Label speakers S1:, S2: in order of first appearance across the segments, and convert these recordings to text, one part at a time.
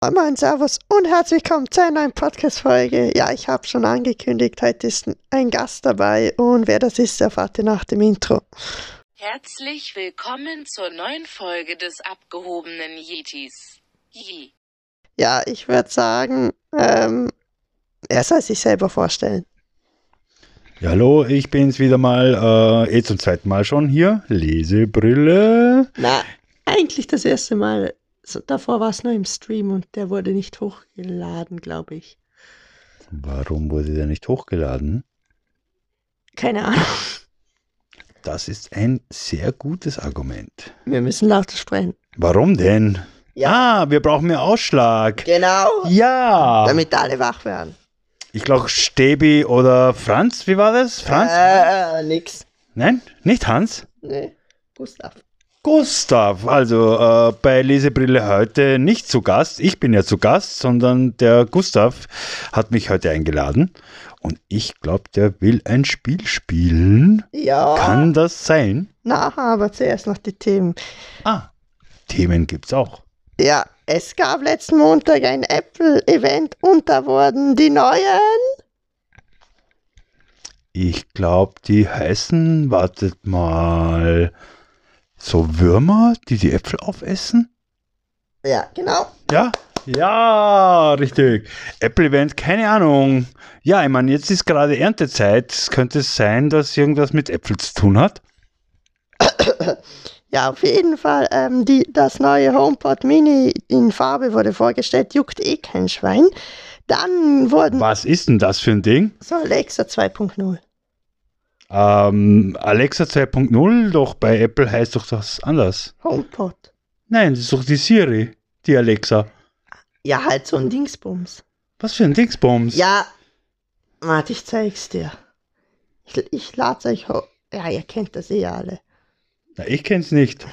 S1: Moin Moin, Servus und herzlich willkommen zu einer neuen Podcast-Folge. Ja, ich habe schon angekündigt, heute ist ein Gast dabei und wer das ist, erfahrt ihr nach dem Intro.
S2: Herzlich willkommen zur neuen Folge des abgehobenen Yetis. Yi.
S1: Ja, ich würde sagen, ähm, er soll sich selber vorstellen.
S3: Ja, hallo, ich bin's wieder mal, äh, eh zum zweiten Mal schon hier. Lesebrille.
S1: Na, eigentlich das erste Mal. So, davor war es nur im Stream und der wurde nicht hochgeladen, glaube ich.
S3: Warum wurde der nicht hochgeladen?
S1: Keine Ahnung.
S3: Das ist ein sehr gutes Argument.
S1: Wir müssen lauter sprechen.
S3: Warum denn?
S1: Ja.
S3: Ah, wir brauchen mehr Ausschlag.
S1: Genau.
S3: Ja.
S1: Damit alle wach werden.
S3: Ich glaube, Stebi oder Franz, wie war das? Franz?
S1: Äh, nix.
S3: Nenein, nicht Hans.
S1: Nee, Gustav.
S3: Gustav, also äh, bei Lesebrille heute nicht zu Gast. Ich bin ja zu Gast, sondern der Gustav hat mich heute eingeladen. Und ich glaube, der will ein Spiel spielen.
S1: Ja.
S3: Kann das sein?
S1: Na, aber zuerst noch die Themen.
S3: Ah, Themen gibt's auch.
S1: Ja, es gab letzten Montag ein Apple-Event und da wurden die neuen.
S3: Ich glaube, die heißen, wartet mal, so Würmer, die die Äpfel aufessen?
S1: Ja, genau.
S3: Ja? Ja, richtig. Apple Event, keine Ahnung. Ja, ich meine, jetzt ist gerade Erntezeit. Es könnte sein, dass irgendwas mit Äpfel zu tun hat.
S1: Ja, auf jeden Fall. Ähm, die, das neue HomePod Mini in Farbe wurde vorgestellt. Juckt eh kein Schwein. Dann wurden
S3: Was ist denn das für ein Ding?
S1: so Alexa 2.0.
S3: Ähm, Alexa 2.0, doch bei Apple heißt doch das anders.
S1: HomePod.
S3: Nein, das ist doch die Siri, die Alexa.
S1: Ja, halt so ein Dingsbums.
S3: Was für ein Dingsbums.
S1: Ja, warte, ich zeig's dir. Ich, ich lad's euch hoch. Ja, ihr kennt das eh alle.
S3: Na, ich kenn's nicht.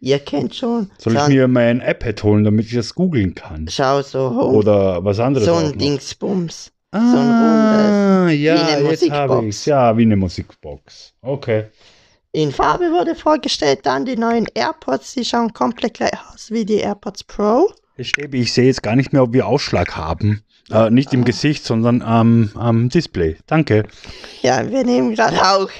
S1: Ihr kennt schon.
S3: Soll ich
S1: Dann
S3: mir mein iPad holen, damit ich das googeln kann?
S1: Schau so Home.
S3: Oder was anderes?
S1: Oh. so
S3: auch
S1: ein
S3: noch?
S1: Dingsbums. so ein
S3: Ah, ja,
S1: wie eine
S3: jetzt habe
S1: Musikbox.
S3: ich's. Ja, wie eine Musikbox. Okay.
S1: In Farbe wurde vorgestellt, dann die neuen AirPods, die schauen komplett gleich aus wie die AirPods Pro.
S3: Stäbe, ich sehe jetzt gar nicht mehr, ob wir Ausschlag haben. Äh, nicht im
S1: Ah.
S3: Gesicht, sondern am, am Display. Danke.
S1: Ja, wir nehmen gerade auch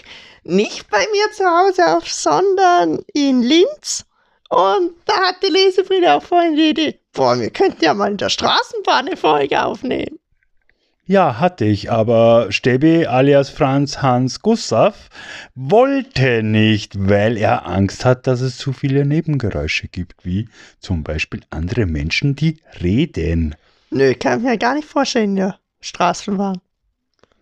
S1: nicht bei mir zu Hause auf, sondern in Linz. Und da hat die Lesebrille auch vorhin die Idee, boah, wir könnten ja mal in der Straßenbahn eine Folge aufnehmen.
S3: Ja, hatte ich, aber Stäbe alias Franz Hans Gustav wollte nicht, weil er Angst hat, dass es zu viele Nebengeräusche gibt, wie zum Beispiel andere Menschen, die reden.
S1: Nö, kann ich mir gar nicht vorstellen in der Straßenbahn.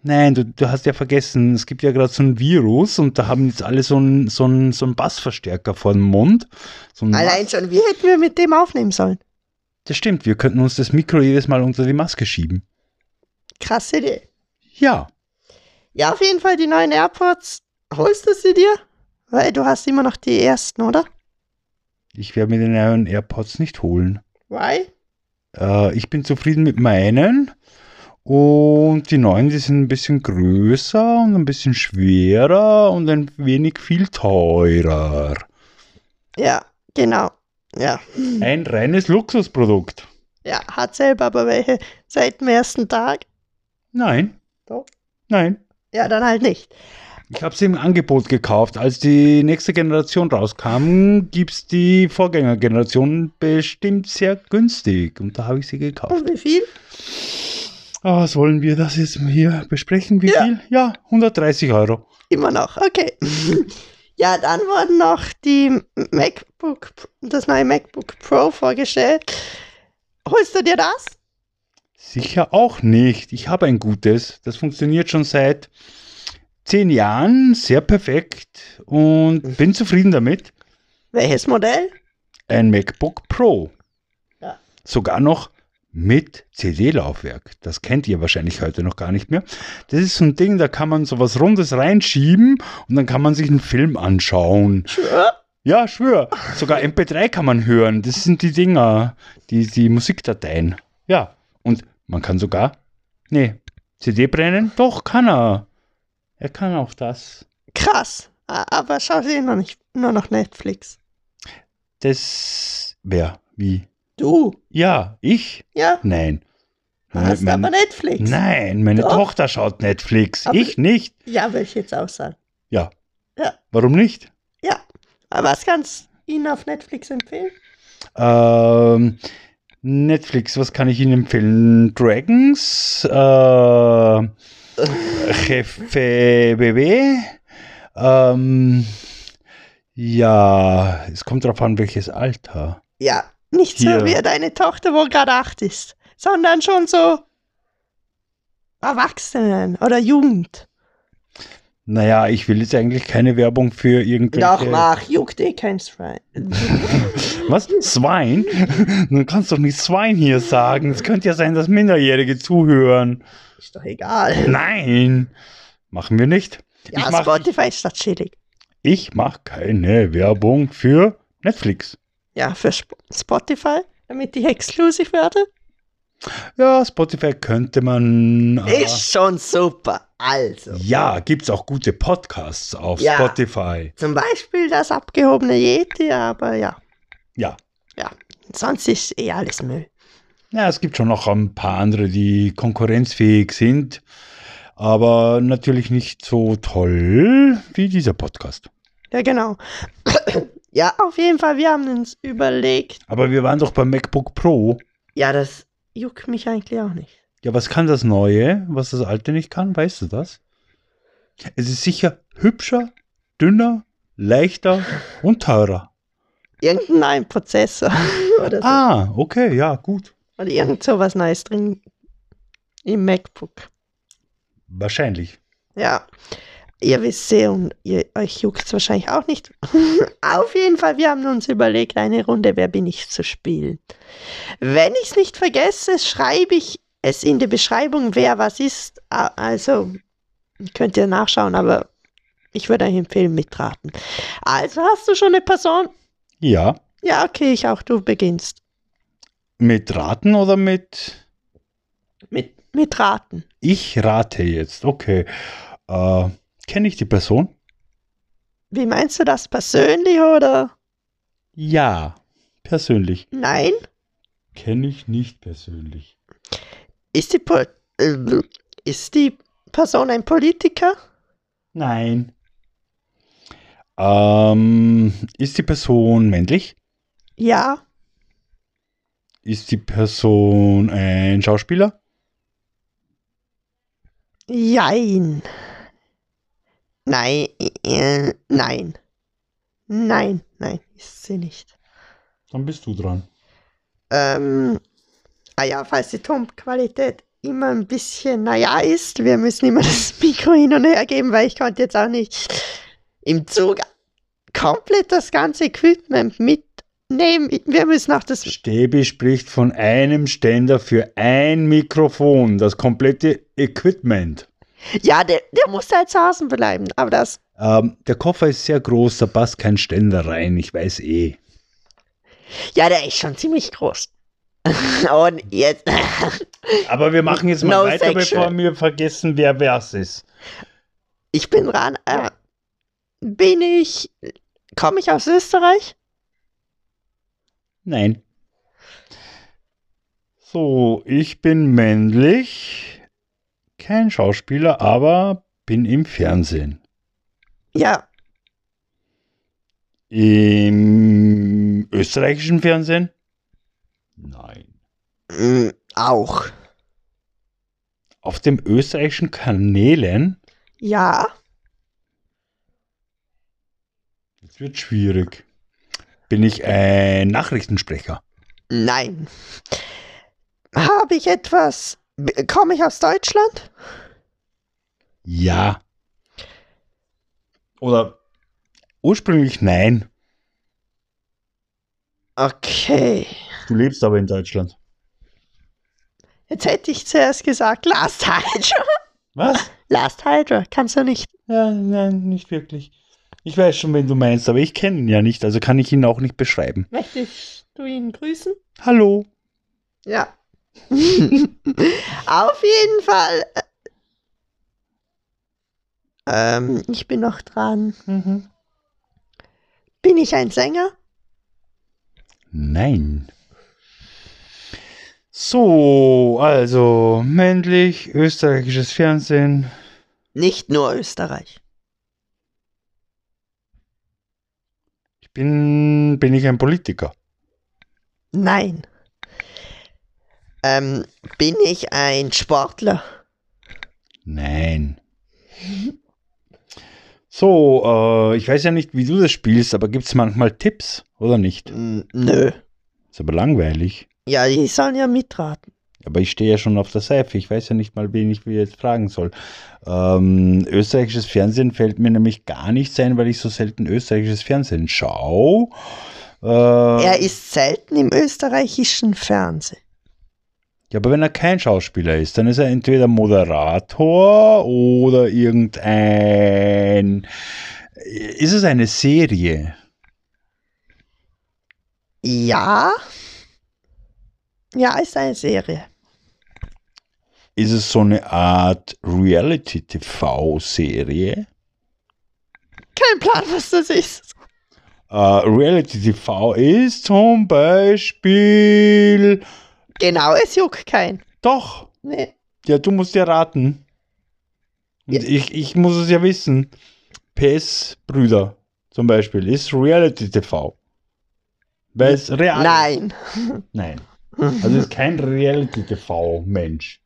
S3: Nein, du, du hast ja vergessen, es gibt ja gerade so ein Virus und da haben jetzt alle so einen so einen- so einen Bassverstärker vor dem Mund. So einen
S1: Allein schon, wie hätten wir mit dem aufnehmen sollen?
S3: Das stimmt, wir könnten uns das Mikro jedes Mal unter die Maske schieben.
S1: Krasse Idee.
S3: Ja,
S1: Ja, auf jeden Fall die neuen AirPods. Holst du sie dir? Weil du hast immer noch die ersten, oder?
S3: ich werde mir den neuen AirPods nicht holen.
S1: Why?
S3: Äh, ich bin zufrieden mit meinen. Und die neuen, die sind ein bisschen größer und ein bisschen schwerer und ein wenig viel teurer.
S1: Ja, genau. Ja.
S3: Ein reines Luxusprodukt.
S1: Ja, hat selber aber welche seit dem ersten Tag.
S3: Nein.
S1: Doch.
S3: Nein.
S1: Ja, dann halt nicht.
S3: Ich habe sie im Angebot gekauft. Als die nächste Generation rauskam, gibt es die Vorgängergeneration bestimmt sehr günstig. Und da habe ich sie gekauft.
S1: Und wie viel?
S3: Ah, was wollen wir das jetzt hier besprechen? Wie
S1: Ja.
S3: viel? Ja, 130 Euro.
S1: Immer noch. Okay. ja, dann wurden noch die MacBook, das neue MacBook Pro vorgestellt. Holst du dir das?
S3: Sicher auch nicht. Ich habe ein gutes. Das funktioniert schon seit zehn Jahren sehr perfekt und bin zufrieden damit.
S1: Welches Modell?
S3: Ein MacBook Pro.
S1: Ja.
S3: Sogar noch mit CD-Laufwerk. Das kennt ihr wahrscheinlich heute noch gar nicht mehr. Das ist so ein Ding, da kann man sowas Rundes reinschieben und dann kann man sich einen Film anschauen.
S1: Sure.
S3: Ja, schwör. Sogar MP3 kann man hören. Das sind die Dinger, die, die Musikdateien. Ja. Und man kann sogar. Nee, CD brennen? Doch, kann er. Er kann auch das.
S1: Krass. A- Aber schau sie noch nicht. Nur noch Netflix.
S3: Das. Wer? Wie?
S1: Du?
S3: Ja, ich?
S1: Ja,
S3: Nein.
S1: hast
S3: Mein-
S1: aber Netflix.
S3: Nein, meine
S1: Doch.
S3: Tochter schaut Netflix.
S1: Aber-
S3: ich nicht.
S1: Ja, will ich jetzt auch sagen.
S3: Ja.
S1: Ja.
S3: Warum nicht?
S1: Aber was kannst du Ihnen auf Netflix empfehlen?
S3: Ähm, Netflix, was kann ich Ihnen empfehlen? Dragons, äh, Jefe BB. Ähm, ja, es kommt darauf an, welches Alter.
S1: Ja, nicht so
S3: Hier.
S1: wie deine Tochter, wo gerade acht ist, sondern schon so Erwachsenen oder Jugend.
S3: Naja, ich will jetzt eigentlich keine Werbung für irgendwelche...
S1: Doch, mach, juckt eh kein Schwein.
S3: Was? Swine? Du kannst doch nicht Swine hier sagen. Es könnte ja sein, dass Minderjährige zuhören.
S1: Ist doch egal.
S3: Nein, machen wir nicht.
S1: Ja,
S3: ich mach-
S1: Spotify ist doch chillig.
S3: Ich mache keine Werbung für Netflix.
S1: Ja, für Sp Spotify, damit ich exklusiv werde.
S3: Ja, Spotify könnte man. aber-
S1: Ist schon super. Also,
S3: ja, gibt's auch gute Podcasts auf
S1: Ja.
S3: Spotify.
S1: zum Beispiel das abgehobene Yeti, aber ja,
S3: Ja.
S1: sonst ist eh alles Müll.
S3: Ja, es gibt schon noch ein paar andere, die konkurrenzfähig sind, aber natürlich nicht so toll wie dieser Podcast.
S1: Ja, genau. ja, auf jeden Fall, wir haben uns überlegt.
S3: Aber wir waren doch beim MacBook Pro.
S1: Ja, das juckt mich eigentlich auch nicht.
S3: Ja, was kann das Neue, was das Alte nicht kann? Weißt du das? Es ist sicher hübscher, dünner, leichter und teurer.
S1: Irgendein neuen Prozessor oder so.
S3: Ah, okay, ja, gut.
S1: Oder irgend sowas Neues drin im MacBook.
S3: Wahrscheinlich.
S1: Ja. Ihr wisst sehr und ihr, euch juckt es wahrscheinlich auch nicht. Auf jeden Fall, wir haben uns überlegt, eine Runde Wer bin ich zu spielen. Wenn ich es nicht vergesse, schreibe ich es in die Beschreibung, wer was ist. A- Also könnt ihr nachschauen, aber ich würde euch empfehlen, mitraten. Also hast du schon eine Person?
S3: Ja,
S1: Ja, okay, ich auch. Du beginnst
S3: mit Raten oder mit...
S1: mit, mit Raten.
S3: Ich rate jetzt, okay. Äh, Kenne ich die Person?
S1: Wie meinst du das persönlich oder?
S3: Ja, persönlich.
S1: Nein?
S3: Kenne ich nicht persönlich.
S1: Ist die, Pol äh, ist die Person ein Politiker?
S3: Nein. Ähm, ist die Person männlich?
S1: Ja.
S3: Ist die Person ein Schauspieler?
S1: Jein. Nein. Äh, nein. Nein, nein, ist sie nicht.
S3: Dann bist du dran.
S1: Ähm, ah ja, falls die Tonqualität immer ein bisschen, naja, ist, wir müssen immer das Mikro hin und her geben, weil ich konnte jetzt auch nicht im Zug komplett das ganze Equipment mitnehmen. Wir müssen auch das
S3: Stäbe spricht von einem Ständer für ein Mikrofon, das komplette Equipment.
S1: Ja, der, der muss da jetzt außen bleiben. Aber das,
S3: Ähm, der Koffer ist sehr groß, da passt kein Ständer rein, ich weiß eh.
S1: ja, der ist schon ziemlich groß. Und jetzt,
S3: Aber wir machen jetzt mal
S1: No
S3: weiter,
S1: sexual.
S3: bevor wir vergessen, wer wers ist.
S1: ich bin dran. Äh, bin ich, komme ich aus Österreich?
S3: Nein. So, ich bin männlich, kein Schauspieler, aber bin im Fernsehen.
S1: Ja,
S3: Im österreichischen Fernsehen? Nein.
S1: mm, auch.
S3: auf dem österreichischen Kanälen,
S1: Ja,
S3: jetzt wird schwierig, bin ich ein Nachrichtensprecher.
S1: nein. Habe ich etwas, b- komme ich aus Deutschland?
S3: Ja. Oder ursprünglich nein.
S1: Okay.
S3: Du lebst aber in Deutschland.
S1: Jetzt hätte ich zuerst gesagt, Last Hydra.
S3: Was?
S1: Last Hydra, kannst du nicht.
S3: Ja, nein, nicht wirklich. Ich weiß schon, wen du meinst, aber ich kenne ihn ja nicht, also kann ich ihn auch nicht beschreiben.
S1: Möchtest du ihn grüßen?
S3: Hallo.
S1: Ja. Auf jeden Fall. äh, Ähm, ich bin noch dran. Bin ich ein Sänger?
S3: Nein. So, also männlich, österreichisches Fernsehen.
S1: Nicht nur Österreich.
S3: Ich bin, bin ich ein Politiker?
S1: Nein. Ähm, bin ich ein Sportler?
S3: Nein. So, äh, ich weiß ja nicht, wie du das spielst, aber gibt es manchmal Tipps oder nicht?
S1: Mm, Nö.
S3: Ist aber langweilig.
S1: Ja, die sollen ja mitraten.
S3: Aber ich stehe ja schon auf der Seife. Ich weiß ja nicht mal, wen ich jetzt fragen soll. Ähm, österreichisches Fernsehen fällt mir nämlich gar nicht ein, weil ich so selten österreichisches Fernsehen schaue. Äh,
S1: Er ist selten im österreichischen Fernsehen.
S3: ja, aber wenn er kein Schauspieler ist, dann ist er entweder Moderator oder irgendein. Ist es eine Serie?
S1: Ja. Ja, ist eine Serie.
S3: Ist es so eine Art Reality-TV-Serie?
S1: Kein Plan, was das ist.
S3: Äh, Reality-TV ist zum Beispiel.
S1: Genau, es juckt kein.
S3: Doch,
S1: Nee.
S3: Ja, du musst ja raten. Und
S1: Ja.
S3: ich, ich muss es ja wissen. PS Brüder zum Beispiel ist Reality TV. Weil es real
S1: Nein.
S3: Nein. Also ist kein Reality TV Mensch.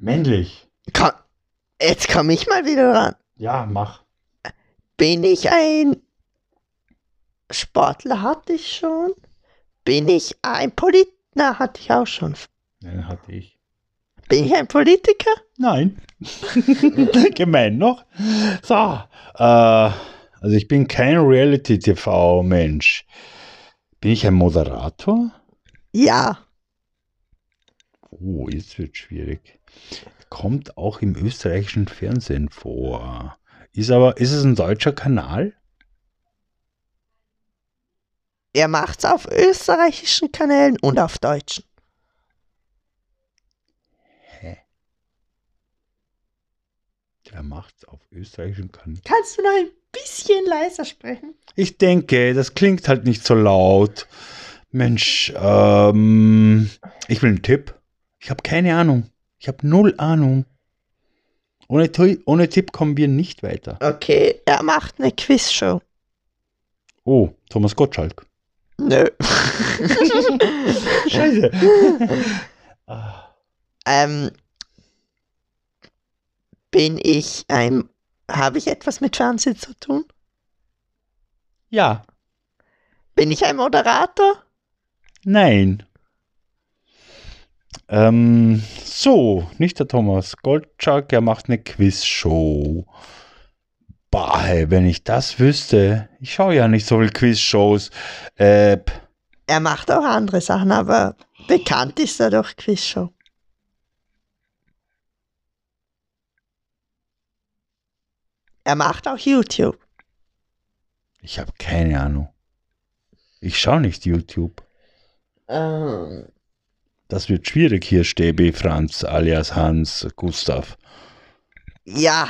S3: Männlich.
S1: Komm, jetzt komme ich mal wieder ran.
S3: Ja, mach.
S1: Bin ich ein Sportler? Hatte ich schon. Bin ich ein Politiker? Na, hatte ich auch schon.
S3: Nein, hatte ich.
S1: Bin ich ein Politiker?
S3: Nein. Gemein noch. So. Äh, also ich bin kein Reality TV Mensch. Bin ich ein Moderator?
S1: Ja.
S3: Oh, jetzt wird schwierig. Kommt auch im österreichischen Fernsehen vor. Ist aber, ist es ein deutscher Kanal?
S1: Er macht's auf österreichischen Kanälen und auf deutschen.
S3: Der macht's auf österreichischen Kanal.
S1: Kannst du noch ein bisschen leiser sprechen?
S3: Ich denke, das klingt halt nicht so laut. Mensch, ähm, ich will einen Tipp. Ich habe keine Ahnung. Ich habe null Ahnung. Ohne, Ti- ohne Tipp kommen wir nicht weiter.
S1: Okay, er macht eine Quizshow.
S3: Oh, Thomas Gottschalk.
S1: Nö.
S3: Scheiße. Ah,
S1: ähm, bin ich ein. Habe ich etwas mit Fernsehen zu tun?
S3: ja,
S1: Bin ich ein Moderator?
S3: Nein. Ähm, so, nicht der Thomas Goldschak, er macht eine Quizshow. Bah, ey, wenn ich das wüsste. Ich schaue ja nicht so viel Quizshows. Äh, p-
S1: Er macht auch andere Sachen, aber bekannt ist er durch Quizshow. Er macht auch YouTube.
S3: ich habe keine Ahnung. Ich schaue nicht YouTube. Das wird schwierig hier, Stäbe, Franz, alias Hans, Gustav.
S1: Ja,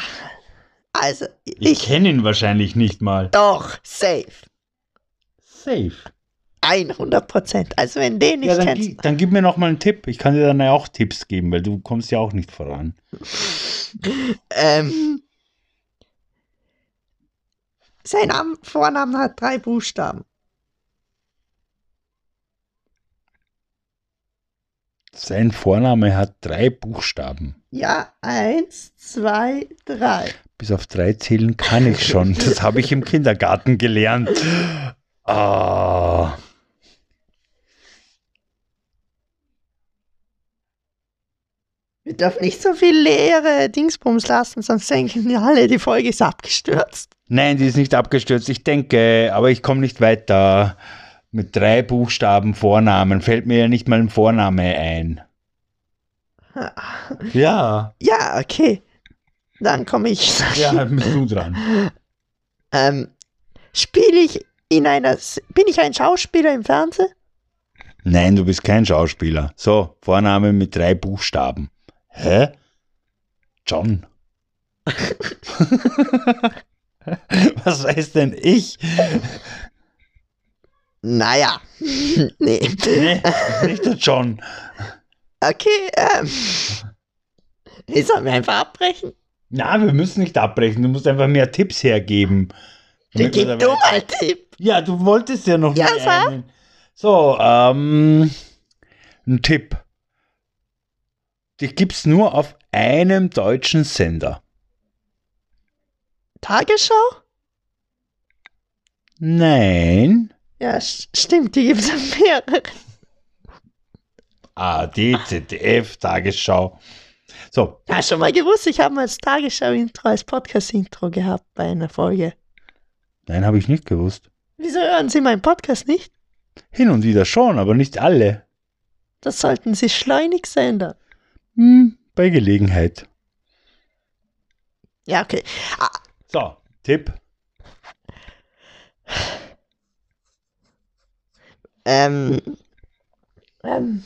S1: also
S3: Ich
S1: ich
S3: kenne ihn wahrscheinlich nicht mal.
S1: doch, safe.
S3: Safe.
S1: 100 Prozent. Also wenn den nicht
S3: Ja, dann,
S1: kennst.
S3: gi- dann gib mir noch mal einen Tipp. Ich kann dir dann ja auch Tipps geben, weil du kommst ja auch nicht voran.
S1: Ähm, sein Name, Vorname hat drei Buchstaben.
S3: Sein Vorname hat drei Buchstaben.
S1: Ja, eins, zwei, drei.
S3: Bis auf drei zählen kann ich schon. Das habe ich im Kindergarten gelernt. Ah.
S1: Wir dürfen nicht so viel leere Dingsbums lassen, sonst denken wir alle, die Folge ist abgestürzt.
S3: Nein, die ist nicht abgestürzt. Ich denke, aber ich komme nicht weiter. Mit drei Buchstaben Vornamen fällt mir ja nicht mal ein Vorname ein. Ja,
S1: Ja, okay. Dann komme ich.
S3: ja, bist du dran.
S1: Ähm, Spiele ich in einer. S- Bin ich ein Schauspieler im Fernsehen?
S3: Nein, du bist kein Schauspieler. So, Vorname mit drei Buchstaben. Hä? John. Was weiß denn ich?
S1: Naja. nee.
S3: Nee, nicht der John.
S1: Okay, ähm. Ich soll mir einfach abbrechen.
S3: Na, wir müssen nicht abbrechen. Du musst einfach mehr Tipps hergeben.
S1: Dann
S3: Damit wir
S1: gib
S3: dabei-
S1: du mal Tipp.
S3: Ja, du wolltest ja noch
S1: Ja,
S3: nie
S1: so.
S3: einen. So, ähm, ein Tipp. Die gibt's nur auf einem deutschen Sender.
S1: Tagesschau?
S3: Nein.
S1: Ja, s- stimmt, die gibt's ja mehrere.
S3: AD, ZDF, Tagesschau. So,
S1: Ja, schon mal gewusst, ich habe mal als Tagesschau-Intro, als Podcast-Intro gehabt bei einer Folge.
S3: nein, habe ich nicht gewusst.
S1: Wieso hören Sie meinen Podcast nicht?
S3: Hin und wieder schon, aber nicht alle.
S1: Das sollten Sie schleunigst ändern.
S3: Hm, bei Gelegenheit.
S1: Ja, okay. Ah,
S3: So, Tipp.
S1: ähm, ähm,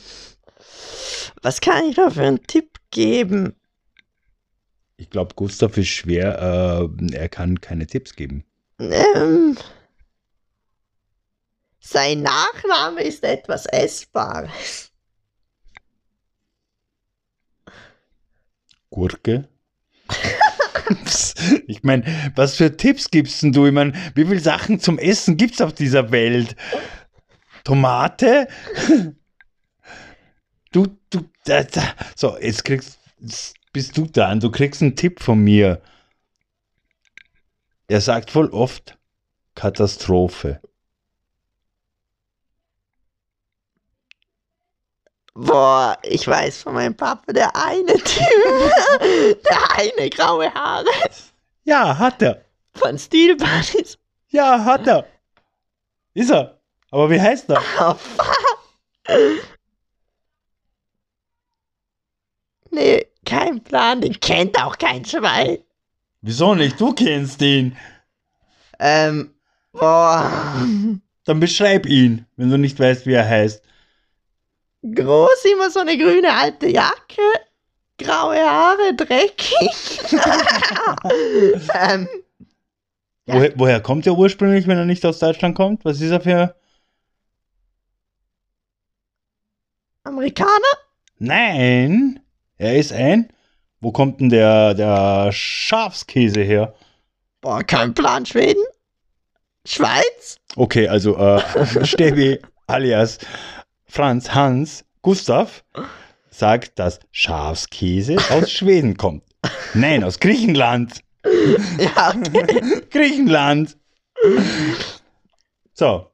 S1: was kann ich da für einen Tipp geben?
S3: Ich glaube, Gustav ist schwer. Äh, er kann keine Tipps geben.
S1: Ähm, sein Nachname ist etwas Essbares.
S3: Gurke. ich meine, was für Tipps gibst denn du? Ich meine, wie viele Sachen zum Essen gibt's auf dieser Welt? Tomate? Du, du, da, da. so, jetzt kriegst, jetzt bist du dran. Du kriegst einen Tipp von mir. Er sagt voll oft Katastrophe.
S1: Boah, ich weiß von meinem Papa, der eine Typ, der eine graue Haare
S3: Ja, hat er.
S1: von Stilbahn ist.
S3: Ja, hat er. Ist er. Aber wie heißt er?
S1: Oh, fuck. nee, kein Plan, den kennt auch kein Schwein.
S3: Wieso nicht? Du kennst ihn.
S1: Ähm, boah.
S3: Dann beschreib ihn, wenn du nicht weißt, wie er heißt.
S1: Groß, immer so eine grüne alte Jacke, graue Haare, dreckig. ähm, Ja.
S3: Woher, woher kommt er ursprünglich, wenn er nicht aus Deutschland kommt? Was ist er für.
S1: Amerikaner?
S3: Nein! Er ist ein. Wo kommt denn der, der Schafskäse her?
S1: Boah, kein Plan, Schweden? Schweiz?
S3: Okay, also äh, Steffi alias Franz Hans Gustav sagt, dass Schafskäse aus Schweden kommt. Nein, aus Griechenland.
S1: Ja, okay.
S3: Griechenland. So,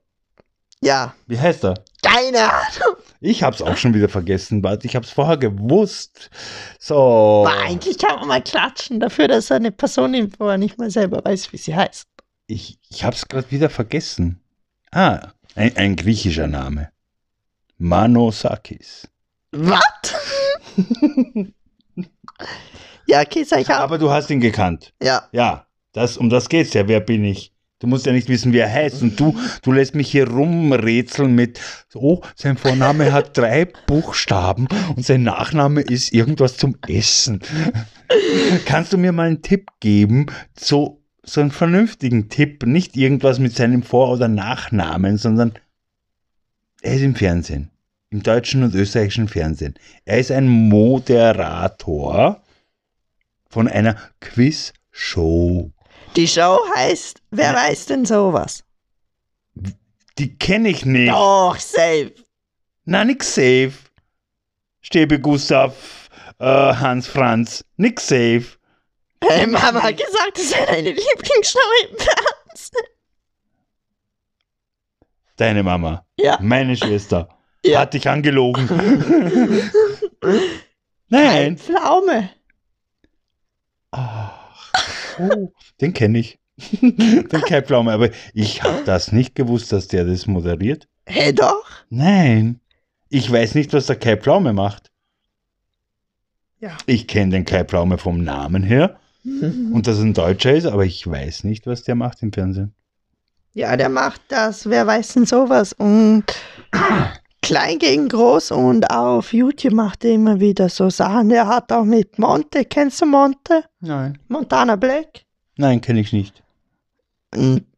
S1: ja,
S3: wie heißt er?
S1: keine Ahnung.
S3: Ich hab's auch schon wieder vergessen, Bart. Ich hab's vorher gewusst. So.
S1: Aber eigentlich kann man mal klatschen dafür, dass eine Person im Vorher nicht mal selber weiß, wie sie heißt.
S3: Ich, ich hab's gerade wieder vergessen. Ah, ein, ein griechischer Name. Manosakis.
S1: Was? ja, okay, sag ich auch.
S3: Aber du hast ihn gekannt.
S1: ja,
S3: Ja, das, um das geht's ja. Wer bin ich? Du musst ja nicht wissen, wie er heißt. Und du, du lässt mich hier rumrätseln mit, oh, sein Vorname hat drei Buchstaben und sein Nachname ist irgendwas zum Essen. Kannst du mir mal einen Tipp geben? So, so einen vernünftigen Tipp. Nicht irgendwas mit seinem Vor- oder Nachnamen, sondern er ist im Fernsehen. Im deutschen und österreichischen Fernsehen. Er ist ein Moderator von einer Quiz-Show.
S1: die Show heißt Wer weiß denn sowas?
S3: Die kenne ich nicht.
S1: Doch, safe.
S3: Na, nix safe. Stäbe Gustav, äh, Hans Franz, nix safe.
S1: Hey, Mama hat gesagt, das sei deine Lieblingsshow im Fernsehen.
S3: Deine Mama,
S1: Ja,
S3: meine Schwester,
S1: Ja.
S3: hat dich angelogen. Nein.
S1: Pflaume.
S3: Ach, oh, den kenne ich. den Kai Pflaume, aber ich habe das nicht gewusst, dass der das moderiert.
S1: Hey, doch.
S3: Nein, ich weiß nicht, was der Kai Pflaume macht.
S1: Ja.
S3: Ich kenne den Kai Pflaume vom Namen her. Und dass er ein Deutscher ist, aber ich weiß nicht, was der macht im Fernsehen.
S1: Ja, der macht das Wer weiß denn sowas und Klein gegen Groß und auf YouTube macht er immer wieder so Sachen. Er hat auch mit Monte, kennst du Monte?
S3: Nein.
S1: Montana Black?
S3: Nein, kenne ich nicht.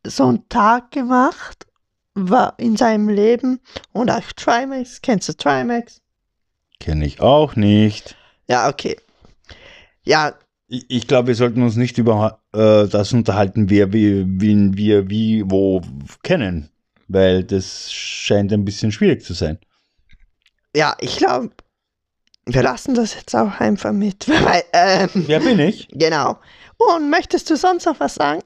S1: so einen Tag gemacht war in seinem Leben und auch Trimax, kennst du Trimax?
S3: Kenne ich auch nicht.
S1: Ja, okay. Ja,
S3: Ich, ich glaube, wir sollten uns nicht über äh, das unterhalten, wer, wie, wen wir wie, wo kennen. Weil das scheint ein bisschen schwierig zu sein.
S1: ja, ich glaube, wir lassen das jetzt auch einfach mit. Weil, ähm,
S3: Wer bin ich?
S1: Genau. Und möchtest du sonst noch was sagen?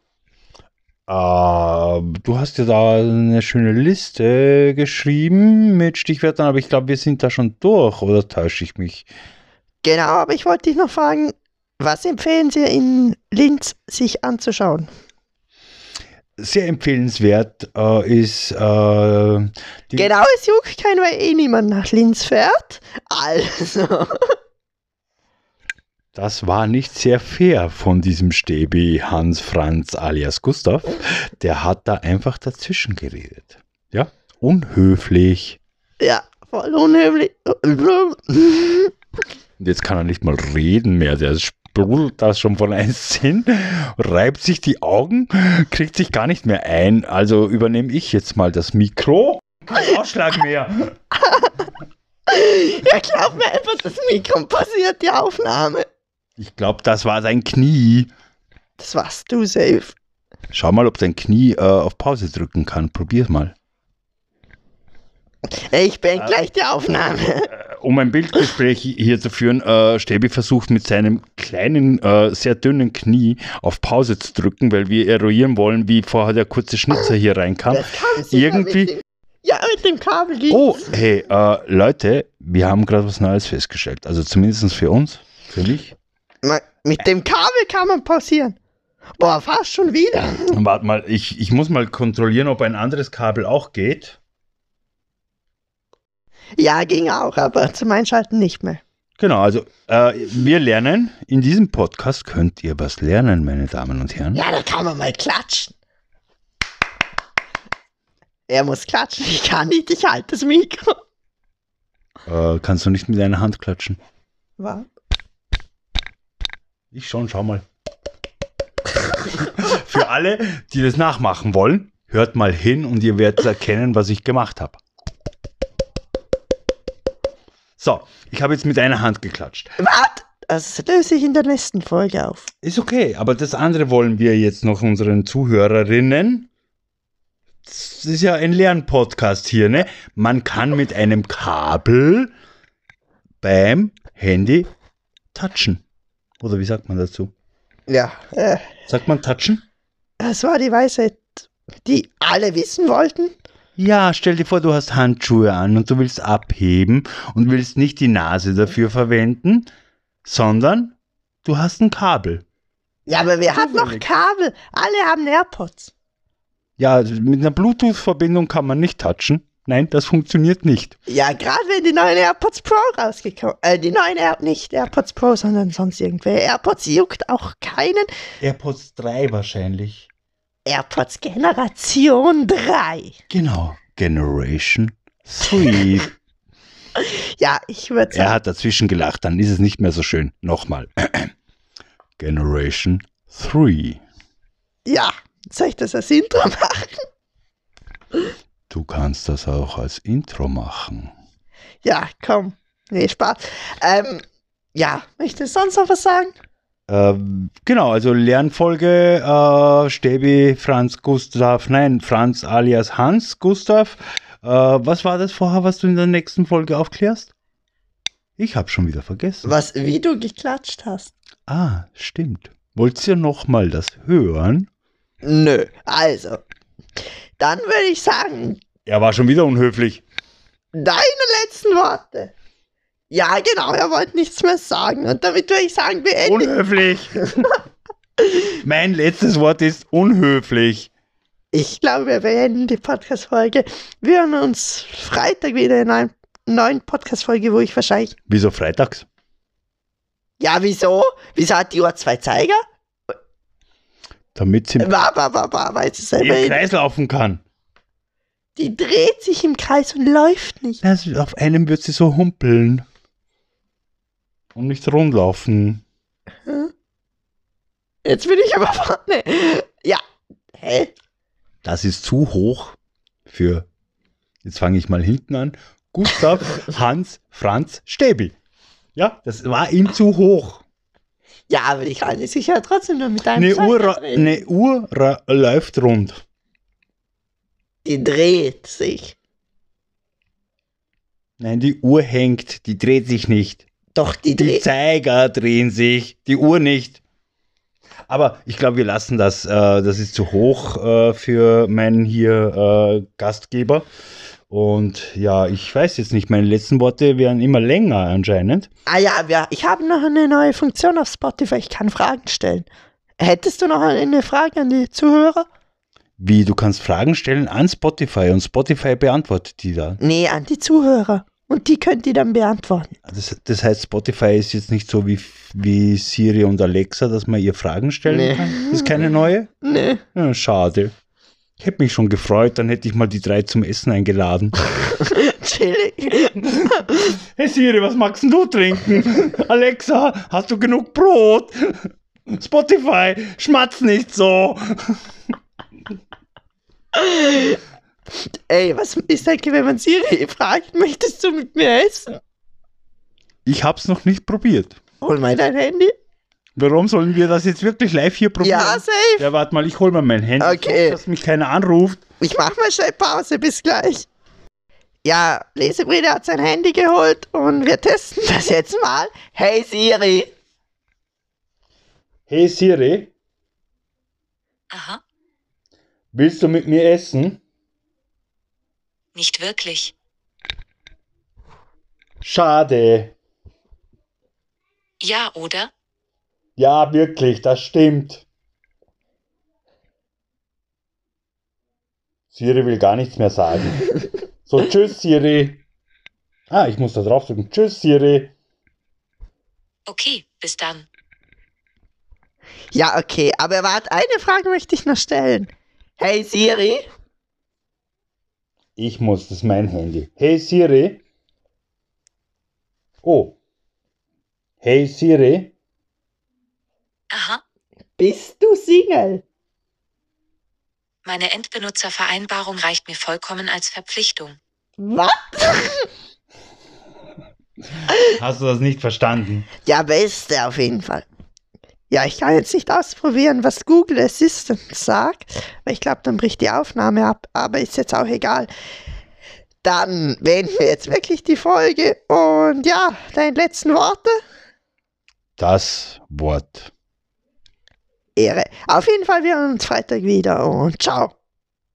S3: Ah, du hast ja da eine schöne Liste geschrieben mit Stichwörtern, aber ich glaube, wir sind da schon durch, oder täusche ich mich?
S1: Genau, aber ich wollte dich noch fragen, was empfehlen Sie in Linz sich anzuschauen?
S3: Sehr empfehlenswert äh, ist äh, die,
S1: Genau, es juckt keinen, weil eh niemand nach Linz fährt. Also,
S3: das war nicht sehr fair von diesem Stäbi Hans Franz alias Gustav. Der hat da einfach dazwischen geredet. Ja, unhöflich.
S1: ja, voll unhöflich.
S3: Und Jetzt kann er nicht mal reden mehr. Der sprudelt da schon von 1 hin, reibt sich die Augen, kriegt sich gar nicht mehr ein. Also übernehme ich jetzt mal das Mikro. Kein Ausschlag mehr.
S1: Ja, glaub mir einfach, das Mikro passiert die Aufnahme.
S3: Ich glaube, das war sein Knie.
S1: Das warst du safe.
S3: Schau mal, ob dein Knie äh, auf Pause drücken kann. Probier's mal.
S1: Ich bin gleich die Aufnahme.
S3: Um ein Bildgespräch hier zu führen, äh, Stäbi versucht mit seinem kleinen, äh, sehr dünnen Knie auf Pause zu drücken, weil wir eruieren wollen, wie vorher der kurze Schnitzer hier reinkam.
S1: Das kam sicher
S3: Irgendwie-
S1: Mit dem, ja, mit dem Kabel. ging-
S3: Oh, hey, äh, Leute, wir haben gerade was Neues festgestellt. Also zumindest für uns, für mich.
S1: Ma- Mit dem Kabel kann man pausieren. Boah, fast schon wieder.
S3: Warte mal, ich, ich muss mal kontrollieren, ob ein anderes Kabel auch geht.
S1: Ja, ging auch, aber zum Einschalten nicht mehr.
S3: Genau, also äh, wir lernen, in diesem Podcast könnt ihr was lernen, meine Damen und Herren.
S1: Ja, da kann man mal klatschen. Er muss klatschen, ich kann nicht, ich halte das Mikro.
S3: Äh, kannst du nicht mit einer Hand klatschen?
S1: Wa-
S3: Ich schon, schau mal. Für alle, die das nachmachen wollen, hört mal hin und ihr werdet erkennen, was ich gemacht habe. So, ich habe jetzt mit einer Hand geklatscht.
S1: Warte, das löse ich in der nächsten Folge auf.
S3: Ist okay, aber das andere wollen wir jetzt noch unseren Zuhörerinnen. Das ist ja ein Lernpodcast hier, ne? Man kann mit einem Kabel beim Handy touchen. Oder wie sagt man dazu?
S1: Ja. Äh,
S3: Sagt man touchen?
S1: das war die Weisheit, die alle wissen wollten.
S3: Ja, stell dir vor, du hast Handschuhe an und du willst abheben und willst nicht die Nase dafür verwenden, sondern du hast ein Kabel.
S1: Ja, aber wer hat noch
S3: Zufällig.
S1: Kabel? Alle haben AirPods.
S3: Ja, mit einer Bluetooth-Verbindung kann man nicht touchen. Nein, das funktioniert nicht.
S1: Ja, gerade wenn die neuen AirPods Pro rausgekommen äh, die neuen Air nicht AirPods Pro, sondern sonst irgendwelche AirPods juckt auch keinen.
S3: AirPods 3 wahrscheinlich.
S1: AirPods Generation 3.
S3: Genau. Generation 3.
S1: Ja, ich würde
S3: er
S1: sagen,
S3: hat dazwischen gelacht, dann ist es nicht mehr so schön. Nochmal. Generation 3.
S1: ja. Soll ich das als Intro machen?
S3: Du kannst das auch als Intro machen.
S1: Ja, komm. Nee, Spaß. Ähm, ja, möchtest du sonst noch was sagen?
S3: Ähm, genau, also Lernfolge äh, Stäbi Franz Gustav, nein, Franz alias Hans Gustav. Äh, was war das vorher, was du in der nächsten Folge aufklärst? Ich habe schon wieder vergessen.
S1: Was, wie du geklatscht hast?
S3: Ah, stimmt. Wollt ihr nochmal das hören?
S1: Nö, also. Dann würde ich sagen,
S3: Er war schon wieder unhöflich.
S1: deine letzten Worte. Ja, genau, er wollte nichts mehr sagen. Und damit würde ich sagen, beende
S3: Unhöflich! mein letztes Wort ist unhöflich.
S1: Ich glaube, wir beenden die Podcast-Folge. Wir hören uns Freitag wieder in einer neuen Podcast-Folge, wo ich wahrscheinlich.
S3: Wieso freitags?
S1: Ja, wieso? Wieso hat die Uhr zwei Zeiger?
S3: Damit sie im
S1: Bah, bah, bah, bah, weiß es selber. nicht.
S3: Kreis laufen kann.
S1: Die dreht sich im Kreis und läuft nicht.
S3: Das, Also auf einem wird sie so humpeln. Und nicht rundlaufen.
S1: Jetzt bin ich aber vorne. Ja. Hä?
S3: Das ist zu hoch für. Jetzt fange ich mal hinten an. Gustav Hans Franz Stäbi. Ja, das war ihm zu hoch.
S1: Ja, aber ich kann es sicher trotzdem nur mit einem
S3: Eine
S1: Zeiger
S3: Uhr,
S1: drehen.
S3: eine Uhr ra- läuft rund.
S1: Die dreht sich.
S3: Nein, die Uhr hängt, die dreht sich nicht.
S1: Doch, die
S3: Die
S1: dreht.
S3: Zeiger drehen sich, die Uhr nicht. Aber ich glaube, wir lassen das. Äh, das ist zu hoch äh, für meinen hier äh, Gastgeber. Und ja, ich weiß jetzt nicht, meine letzten Worte werden immer länger anscheinend.
S1: Ah ja, wir, ich habe noch eine neue Funktion auf Spotify. Ich kann Fragen stellen. Hättest du noch eine Frage an die Zuhörer?
S3: Wie, du kannst Fragen stellen an Spotify und Spotify beantwortet die dann.
S1: Nee, an die Zuhörer. Und die könnt ihr dann beantworten.
S3: Das, das heißt, Spotify ist jetzt nicht so wie, wie Siri und Alexa, dass man ihr Fragen stellen
S1: Nee.
S3: kann. Das ist keine neue?
S1: Nee.
S3: Ja, schade. Ich hätte mich schon gefreut, dann hätte ich mal die drei zum Essen eingeladen.
S1: Chillig.
S3: Hey Siri, was magst denn du trinken? Alexa, hast du genug Brot? Spotify, schmatz nicht so.
S1: Ey, was ist eigentlich, wenn man Siri fragt, möchtest du mit mir essen?
S3: Ich hab's noch nicht probiert.
S1: Hol mal dein Handy.
S3: Warum sollen wir das jetzt wirklich live hier probieren?
S1: Ja, safe.
S3: Ja, warte mal, ich hol mal mein Handy,
S1: Okay.
S3: dass mich keiner anruft.
S1: Ich mach mal schnell Pause, bis gleich. Ja, Lesebrille hat sein Handy geholt und wir testen das jetzt mal. Hey Siri.
S3: Hey Siri,
S4: Aha,
S3: willst du mit mir essen?
S4: nicht wirklich.
S3: Schade.
S4: Ja, oder?
S3: Ja, wirklich, das stimmt. Siri will gar nichts mehr sagen. So, tschüss, Siri. Ah, ich muss da drauf drücken. Tschüss, Siri.
S4: Okay, bis dann.
S1: Ja, okay, aber warte, eine Frage möchte ich noch stellen. Hey Siri.
S3: Ich muss, das ist mein Handy. Hey, Siri. Oh. Hey, Siri.
S4: Aha,
S1: Bist du Single?
S4: meine Endbenutzervereinbarung reicht mir vollkommen als Verpflichtung.
S1: Was?
S3: Hast du das nicht verstanden?
S1: Ja, beste auf jeden Fall. Ja, ich kann jetzt nicht ausprobieren, was Google Assistant sagt, weil ich glaube, dann bricht die Aufnahme ab, aber ist jetzt auch egal. Dann beenden wir jetzt wirklich die Folge und ja, deine letzten Worte?
S3: Das Wort.
S1: Ehre. Auf jeden Fall, wir hören uns Freitag wieder und ciao.